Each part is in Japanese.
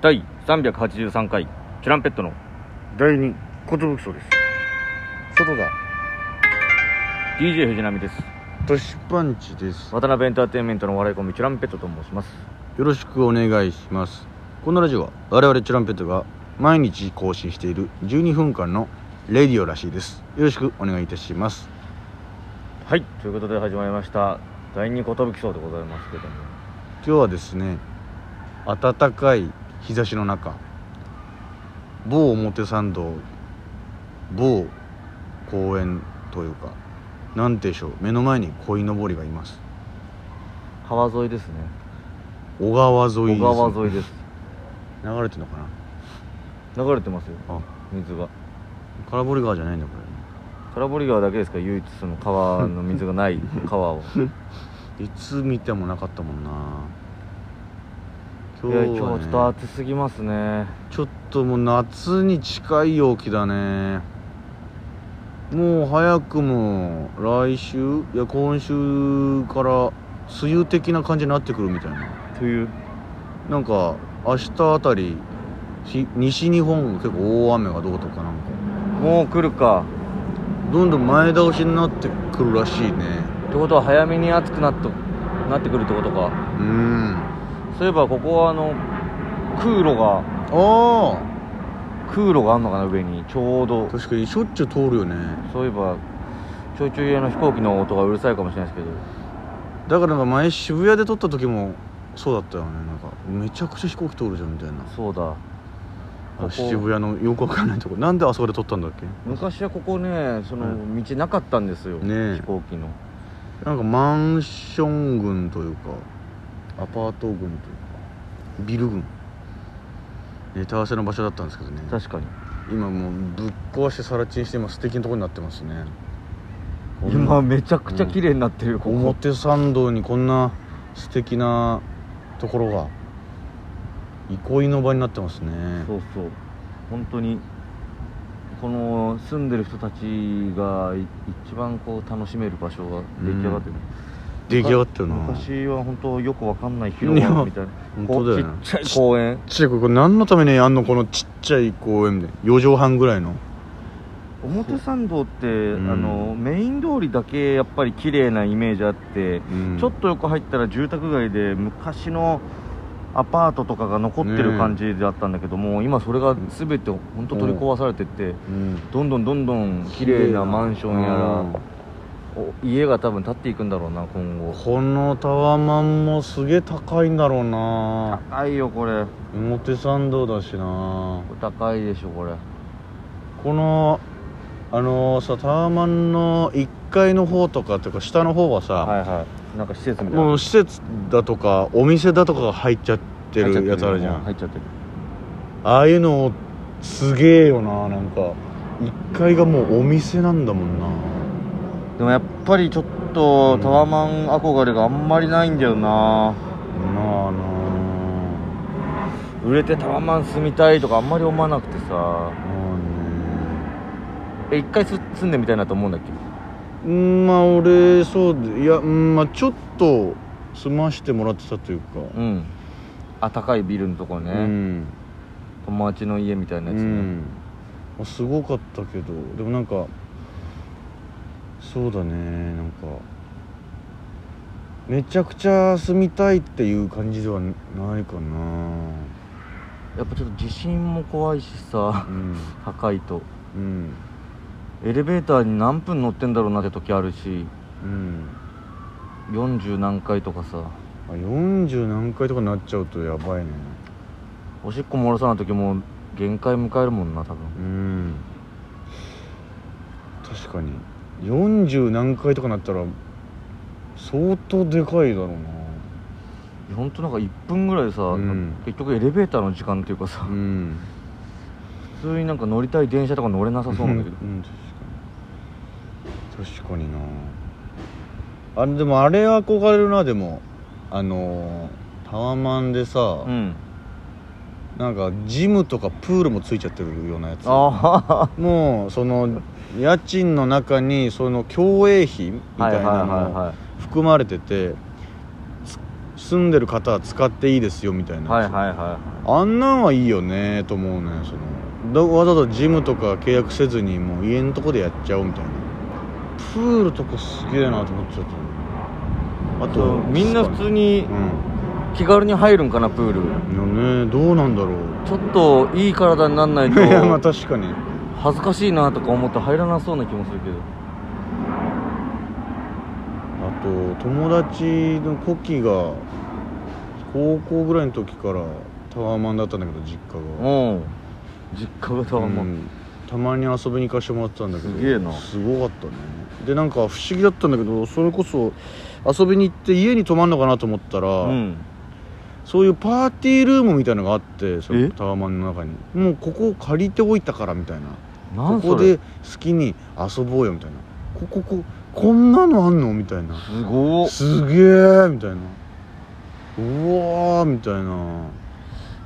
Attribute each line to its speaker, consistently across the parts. Speaker 1: 第383回チュランペットの
Speaker 2: 第二寿そうです外だ
Speaker 1: DJ 藤波です
Speaker 2: トシパンチですよ
Speaker 1: 渡辺エンターテインメントのお笑いコンビチュランペットと申します
Speaker 2: ろしくお願いしますこのラジオは我々チュランペットが毎日更新している12分間のレディオらしいですよろしくお願いいたします
Speaker 1: はいということで始まりました第二寿そうでございますけども
Speaker 2: 今日はですね暖かい日差しの中某表参道某公園というか何て言うんでしょう目の前に鯉のぼりがいます
Speaker 1: 川沿いですね
Speaker 2: 小川沿いですね
Speaker 1: 小川沿いです
Speaker 2: 流れてんのか
Speaker 1: 流れてますよ
Speaker 2: なあ
Speaker 1: 水が
Speaker 2: 空堀川じゃないんだこ
Speaker 1: 空堀川だけですか唯一その川の水がない 川を
Speaker 2: れいつ見てもなかったもんな今
Speaker 1: いや
Speaker 2: 日はね、
Speaker 1: 今日はちょっと暑すぎますね
Speaker 2: ちょっともう夏に近い陽気だねもう早くも来週いや今週から梅雨的な感じになってくるみたいな
Speaker 1: という
Speaker 2: なんか明日あたりひ西日本結構大雨がどうとかなんか
Speaker 1: もう来るか
Speaker 2: どんどん前倒しになってくるらしいね
Speaker 1: ってことは早めに暑くなっとなってくるってことか
Speaker 2: うん
Speaker 1: そういえばここはあの空路が
Speaker 2: あ
Speaker 1: 空路があんのかな上にちょうど
Speaker 2: あ確かにしょっちゅう通るよね
Speaker 1: そういえばちょいちょいあの飛行機の音がうるさいかもしれないですけど
Speaker 2: だからなんか前渋谷で撮った時もそうだったよねなんかめちゃくちゃ飛行機通るじゃんみたいな
Speaker 1: そうだ
Speaker 2: あ
Speaker 1: ここ
Speaker 2: 渋谷のよくわかんないとこなんであそこで撮ったんだっけ
Speaker 1: 昔はここねその道なかったんですよ、
Speaker 2: ねえ
Speaker 1: 飛行機の
Speaker 2: なんかマンション群というかアパート群というかビル群ネタ合わせの場所だったんですけどね
Speaker 1: 確かに
Speaker 2: 今もうぶっ壊してさら地にして今素敵なとこになってますね
Speaker 1: 今めちゃくちゃ綺麗になってるよここ
Speaker 2: 表参道にこんな素敵なところが憩いの場になってますね
Speaker 1: そうそう本当にこの住んでる人たちがい一番こう楽しめる場所が出来上がってる、
Speaker 2: 出来上がってるな
Speaker 1: 昔は本当よくわかんない広場みたいなこ
Speaker 2: 本
Speaker 1: うちっ
Speaker 2: 当だよね
Speaker 1: ちゃい公園
Speaker 2: ちっちゃいこれ何のためにあんのこのちっちゃい公園で4畳半ぐらいの
Speaker 1: 表参道って、
Speaker 2: ん
Speaker 1: あのメイン通りだけやっぱり綺麗なイメージあって、
Speaker 2: うん
Speaker 1: ちょっと横入ったら住宅街で昔のアパートとかが残ってる感じだったんだけども、今それが全て本当取り壊されてって、
Speaker 2: うん
Speaker 1: どんどんどんどん綺麗なマンションや
Speaker 2: う
Speaker 1: ら
Speaker 2: ん、
Speaker 1: お家が多分建っていくんだろうな今後
Speaker 2: このタワマンもすげえ高いんだろうな
Speaker 1: 高いよこれ
Speaker 2: 表参道だしな
Speaker 1: これ高いでしょこれ
Speaker 2: このあのさタワマンの1階の方とかっていうか下の方はさ、
Speaker 1: はいはいなんか施設みたいな
Speaker 2: もう施設だとかお店だとかが入っちゃって
Speaker 1: 入っちゃ
Speaker 2: るやつあるじゃ
Speaker 1: 入
Speaker 2: ん
Speaker 1: っちゃってる
Speaker 2: ああいうのすげえよななんか1階がもうお店なんだもんな
Speaker 1: でもやっぱりちょっとタワマン憧れがあんまりないんだよな、
Speaker 2: まあな
Speaker 1: 売れてタワマン住みたいとかあんまり思わなくてさ
Speaker 2: あまあね
Speaker 1: え一回す住んでみたいなと思うんだっけ
Speaker 2: うんまあ俺そうでいやうんまあちょっと済ましてもらってたというか
Speaker 1: うんあ高いビルのとこね、
Speaker 2: うん、
Speaker 1: 友達の家みたいな
Speaker 2: う
Speaker 1: やつね、
Speaker 2: んまあすごかったけどでもなんかそうだねなんかめちゃくちゃ住みたいっていう感じではないかな
Speaker 1: やっぱちょっと地震も怖いしさ
Speaker 2: うん
Speaker 1: 高いと
Speaker 2: うん
Speaker 1: エレベーターに何分乗ってんだろうなって時あるし
Speaker 2: うん
Speaker 1: 40何回とかさ
Speaker 2: あ40何回とかになっちゃうとやばいね
Speaker 1: おしっこ漏らさない時も限界迎えるもんな多分
Speaker 2: うん確かに40何回とかなったら相当でかいだろう
Speaker 1: ほんとなんか1分ぐらいさ、
Speaker 2: うん
Speaker 1: 結局エレベーターの時間っていうかさ
Speaker 2: なうん
Speaker 1: 普通になんか乗りたい電車とか乗れなさそうなんだけど
Speaker 2: うん確かに確かになあれでもあれ憧れるなでもあのータワマンでさ、
Speaker 1: うん
Speaker 2: なんかジムとかプールもついちゃってるようなやつ
Speaker 1: あ
Speaker 2: もうその家賃の中にその競泳費み
Speaker 1: あは
Speaker 2: た
Speaker 1: い
Speaker 2: い
Speaker 1: はいはい
Speaker 2: なのも
Speaker 1: は
Speaker 2: 含まれててす住んでる方は使っていいですよみたいな、
Speaker 1: はいはいは
Speaker 2: あんなんはいいよねと思うねそのだわざわざジムとか契約せずにもう家のとこでやっちゃおうみたいなプールとかすげえなと思っちゃった
Speaker 1: いあとみんな普通に
Speaker 2: う
Speaker 1: 気軽に入るんかなプール
Speaker 2: んいやねどうなんだろ
Speaker 1: ちょっといい体になんないう
Speaker 2: いやまあ
Speaker 1: と
Speaker 2: 確かに
Speaker 1: 恥ずかしいなとか思って入らなそうな気もするけど
Speaker 2: あと友達のコキが高校ぐらいの時からタワーマンだったんだけど実家が
Speaker 1: うん実家がタワマ
Speaker 2: う
Speaker 1: ン
Speaker 2: んたまに遊びに行かしてもらってたんだけど
Speaker 1: すげえな
Speaker 2: すごかったねでなんか不思議だったんだけどそれこそ遊びに行って家に泊まるのかなと思ったら、
Speaker 1: うん
Speaker 2: そういうパーティールームみたいのがあってそ
Speaker 1: え
Speaker 2: のタワマンの中にもうここを借りておいたからみたいな
Speaker 1: なん
Speaker 2: ここ
Speaker 1: そ
Speaker 2: で
Speaker 1: れ
Speaker 2: 好きに遊ぼうよみたいなここここんなのあんのみたいな
Speaker 1: すごっ
Speaker 2: すげえみたいなうわーみたいな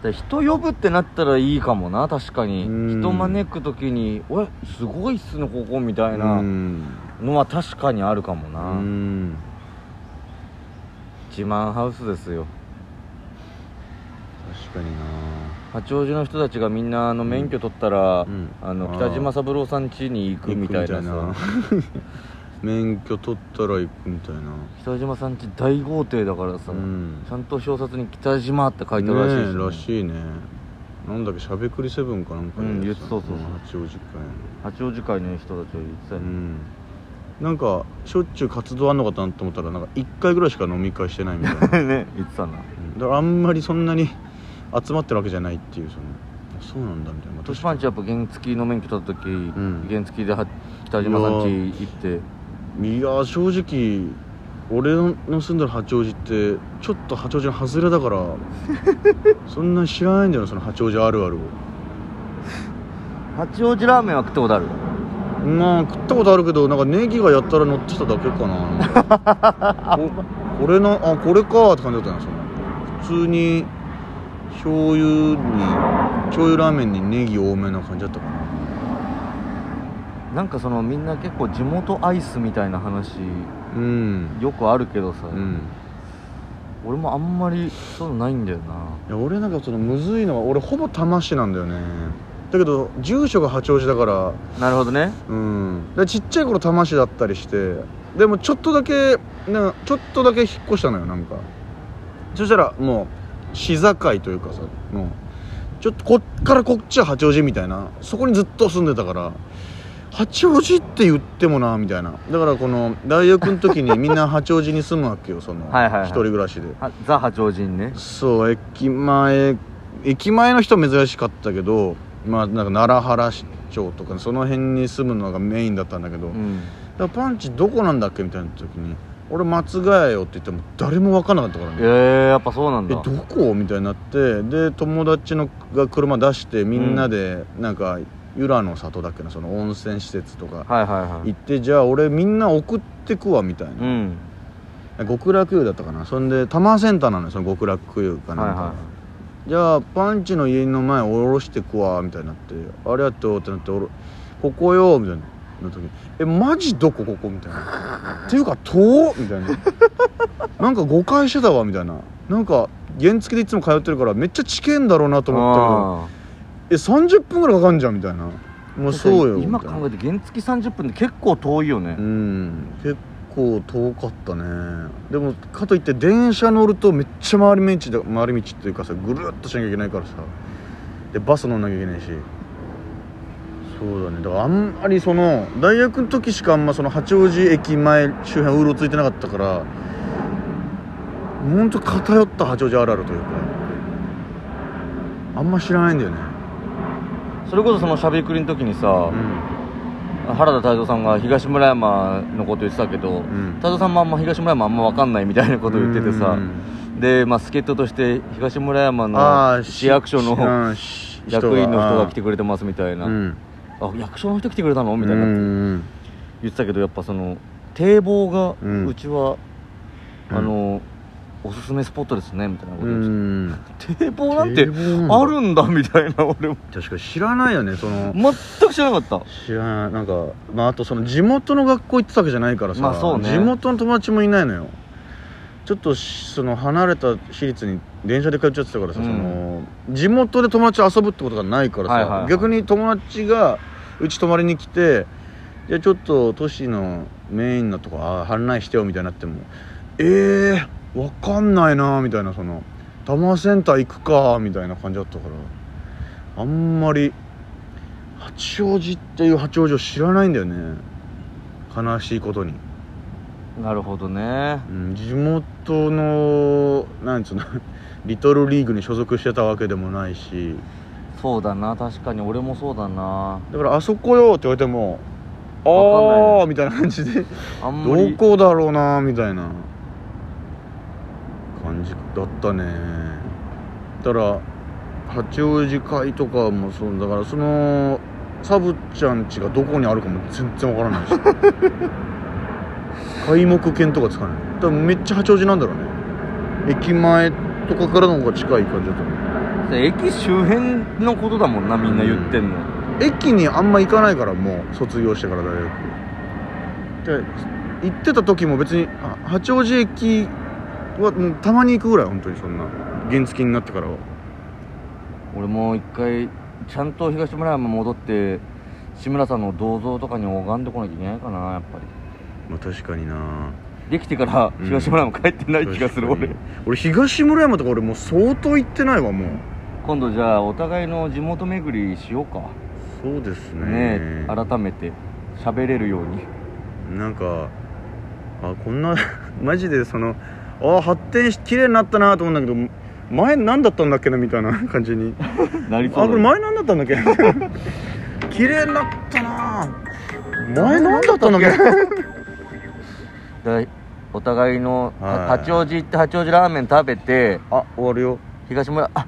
Speaker 1: で人呼ぶってなったらいいかもな確かに
Speaker 2: うん
Speaker 1: 人招く時に「おいすごいっすねここ」みたいうなんのは確かにあるかも
Speaker 2: う
Speaker 1: な、
Speaker 2: ん
Speaker 1: 自慢ハウスですよ
Speaker 2: 確かにな
Speaker 1: 八王子の人たちがみんなあの免許取ったら、
Speaker 2: うん
Speaker 1: あ
Speaker 2: あ
Speaker 1: の
Speaker 2: ー
Speaker 1: 北島三郎さん家に行くみたいなさ
Speaker 2: 行くみたいな免許取ったら行くみたいな
Speaker 1: 北島さん家大豪邸だからさ、
Speaker 2: うん
Speaker 1: ちゃんと小説に「北島」って書いてあるらしいし
Speaker 2: ねえ
Speaker 1: ね
Speaker 2: らしいねなんだっけしゃべくりセブンかなんか
Speaker 1: うん
Speaker 2: で
Speaker 1: 言
Speaker 2: さ
Speaker 1: ってそうそう
Speaker 2: 八王子会
Speaker 1: 八王子会の人たちは言ってた
Speaker 2: う
Speaker 1: よ、
Speaker 2: んなんかしょっちゅう活動あんのかなと思ったらなんか1回ぐらいしか飲み会してない みたいな
Speaker 1: ね言ってたな
Speaker 2: だからあんまりそんなに集まってるわけじゃないっていうそのあそうなんだみたいな
Speaker 1: 年パンチやっぱ原付の免許取った時、
Speaker 2: ん
Speaker 1: 原付では北島さん家行って
Speaker 2: いやー正直俺の住んでる八王子ってちょっと八王子の外れだからそんなに知らないんだよなその八王子あるあるを
Speaker 1: 八王子ラーメンは食ったことある
Speaker 2: まあ食ったことあるけどなんかネギがやったら乗ってただけかなおこれなあこれかって感じだったなその普通に醤油に醤油ラーメンにネギ多めな感じだったかな
Speaker 1: なんかそのみんな結構地元アイスみたいな話
Speaker 2: うん
Speaker 1: よくあるけどさ、
Speaker 2: うん
Speaker 1: 俺もあんまりそういうのないんだよない
Speaker 2: や俺なんかそのむずいのは俺ほぼ多摩市なんだよねだけど住所が八王子だから
Speaker 1: なるほどね
Speaker 2: うん、でちっちゃい頃多摩市だったりしてでもちょっとだけなんかちょっとだけ引っ越したのよなんかそしたらもう市境というかさもうちょっとこっからこっちは八王子みたいなそこにずっと住んでたから八王子って言ってもなみたいなだからこの大学の時にみんな八王子に住むわけよその
Speaker 1: はいはいはい
Speaker 2: 一人暮らしで
Speaker 1: はザ八王子にね
Speaker 2: そう駅前駅前の人は珍しかったけどまあなんか奈良原市長とかその辺に住むのがメインだったんだけど、
Speaker 1: う
Speaker 2: だか
Speaker 1: ん
Speaker 2: らパンチどこなんだっけみたいな時に「俺松ヶ谷よ」って言っても誰も分からなかったから
Speaker 1: え
Speaker 2: ね
Speaker 1: ー、やっぱそうな
Speaker 2: 「
Speaker 1: ん
Speaker 2: え
Speaker 1: だ
Speaker 2: どこ?」みたいになってで友達のが車出してみんなでなんか由良の里だっけなその温泉施設とか
Speaker 1: はいはいはい
Speaker 2: 行って、じゃあ俺みんな送ってくわみたいな。
Speaker 1: うん
Speaker 2: 極楽湯だったかなそんで多摩センターなのよその極楽湯かなんか、
Speaker 1: はいは
Speaker 2: じゃあパンチの家の前下ろしてくわみたいになって「ありがとう」ってなっておろ「ここよ」みたいなの時に「えマジどこここ」みたいな「っていうか遠っ」みたいな「なんか誤解してたわ」みたいななんか原付でいつも通ってるからめっちゃ近いんだろうなと思っ
Speaker 1: あ
Speaker 2: たけど「え30分ぐらいかかんじゃん」みたいな「
Speaker 1: ー
Speaker 2: もうそうよ」
Speaker 1: 今
Speaker 2: みたいな
Speaker 1: 考えて原付30分で結構遠いよね、
Speaker 2: うん結構遠かったねでもかといって電車乗るとめっちゃ回り道だ回り道っていうかさぐるっとしなきゃいけないからさでバス乗んなきゃいけないしそうだねだからあんまりその大学の時しかあんまその八王子駅前周辺うろついてなかったからほんと偏った八王子あるあるというかあんま知らないんだよね
Speaker 1: それこそそのしゃべくりの時にさ
Speaker 2: う、ん
Speaker 1: 原田泰造さんが東村山のこと言ってたけど、
Speaker 2: ん
Speaker 1: 太蔵さんもあんま東村山あんま分かんないみたいなこと言っててさ
Speaker 2: うん
Speaker 1: で、まあ、助っ人として東村山
Speaker 2: あ
Speaker 1: の
Speaker 2: ーし
Speaker 1: 市役所の
Speaker 2: うんし
Speaker 1: 役員の人が来て
Speaker 2: く
Speaker 1: くれてますみたい
Speaker 2: れ
Speaker 1: な、
Speaker 2: うん
Speaker 1: あ役所の人来てくれたのみたいな
Speaker 2: うん
Speaker 1: 言ってたけどやっぱその堤防が
Speaker 2: うん
Speaker 1: うちは、
Speaker 2: うん
Speaker 1: あのおすすめスポットですねみたいなこ
Speaker 2: う
Speaker 1: と言って
Speaker 2: ん
Speaker 1: た堤防なんて
Speaker 2: 堤防なんだ
Speaker 1: あるんだみたいな俺も
Speaker 2: 確かに知らないよねその
Speaker 1: 全く知らなかった
Speaker 2: 知らないなんかまああとその地元の学校行ってたわけじゃないからさ、
Speaker 1: まあそうね
Speaker 2: 地元の友達もいないのよちょっとしその離れた私立に電車で通っちゃってたからさ、
Speaker 1: うん
Speaker 2: その地元で友達と遊ぶってことがないからさ、
Speaker 1: はいはいはい
Speaker 2: 逆に友達がうち泊まりに来てじゃあちょっと都市のメインのとこあー案内してよみたいになってもえー、わかんないなみたいなその多摩センター行くかみたいな感じだったからあんまり八王子っていう八王子を知らないんだよね悲しいことに。
Speaker 1: なるほどね
Speaker 2: うん地元のなんつうの リトルリーグに所属してたわけでもないし
Speaker 1: そうだな確かに俺もそうだな
Speaker 2: だから「あそこよ」って言われても「
Speaker 1: わ
Speaker 2: ああ」みたいな感じで
Speaker 1: あんま
Speaker 2: ど
Speaker 1: り
Speaker 2: こだろうなみたいな感じだったねだから八王子会とかもそうだからそのサブちゃん家がどこにあるかも全然わからないし 開目犬とかつかないだからめっちゃ八王子なんだろうね駅前とかからの方が近い感じだと思う
Speaker 1: 駅周辺のことだもんなみんな言ってんの、
Speaker 2: 駅にあんま行かないからもう卒業してから大学で行ってた時も別にあ八王子駅はもうたまに行くぐらい本当にそんな原付になってからは
Speaker 1: 俺も一回ちゃんと東村山戻って志村さんの銅像とかに拝んでこなきゃいけないかなやっぱり
Speaker 2: まあ確かにな
Speaker 1: できてから
Speaker 2: うん
Speaker 1: 東村山帰ってない気がする、
Speaker 2: 確か
Speaker 1: 俺
Speaker 2: に俺東村山とか俺もう相当行ってないわもう
Speaker 1: 今度じゃあお互いの地元巡りしようか
Speaker 2: そうですね
Speaker 1: ねえ改めて喋れるよう に
Speaker 2: なんかあこんな マジでそのあ発展し綺麗になったなと思うんだけど前何だったんだっけなみたいな感じに
Speaker 1: なりそ
Speaker 2: あこ
Speaker 1: う
Speaker 2: れ
Speaker 1: だね
Speaker 2: 前何だったんだっけ 綺麗になったな前何だったんだっけ
Speaker 1: だいお互いの、
Speaker 2: はい
Speaker 1: は八王子行って八王子ラーメン食べて
Speaker 2: あ終わるよ
Speaker 1: 東村あ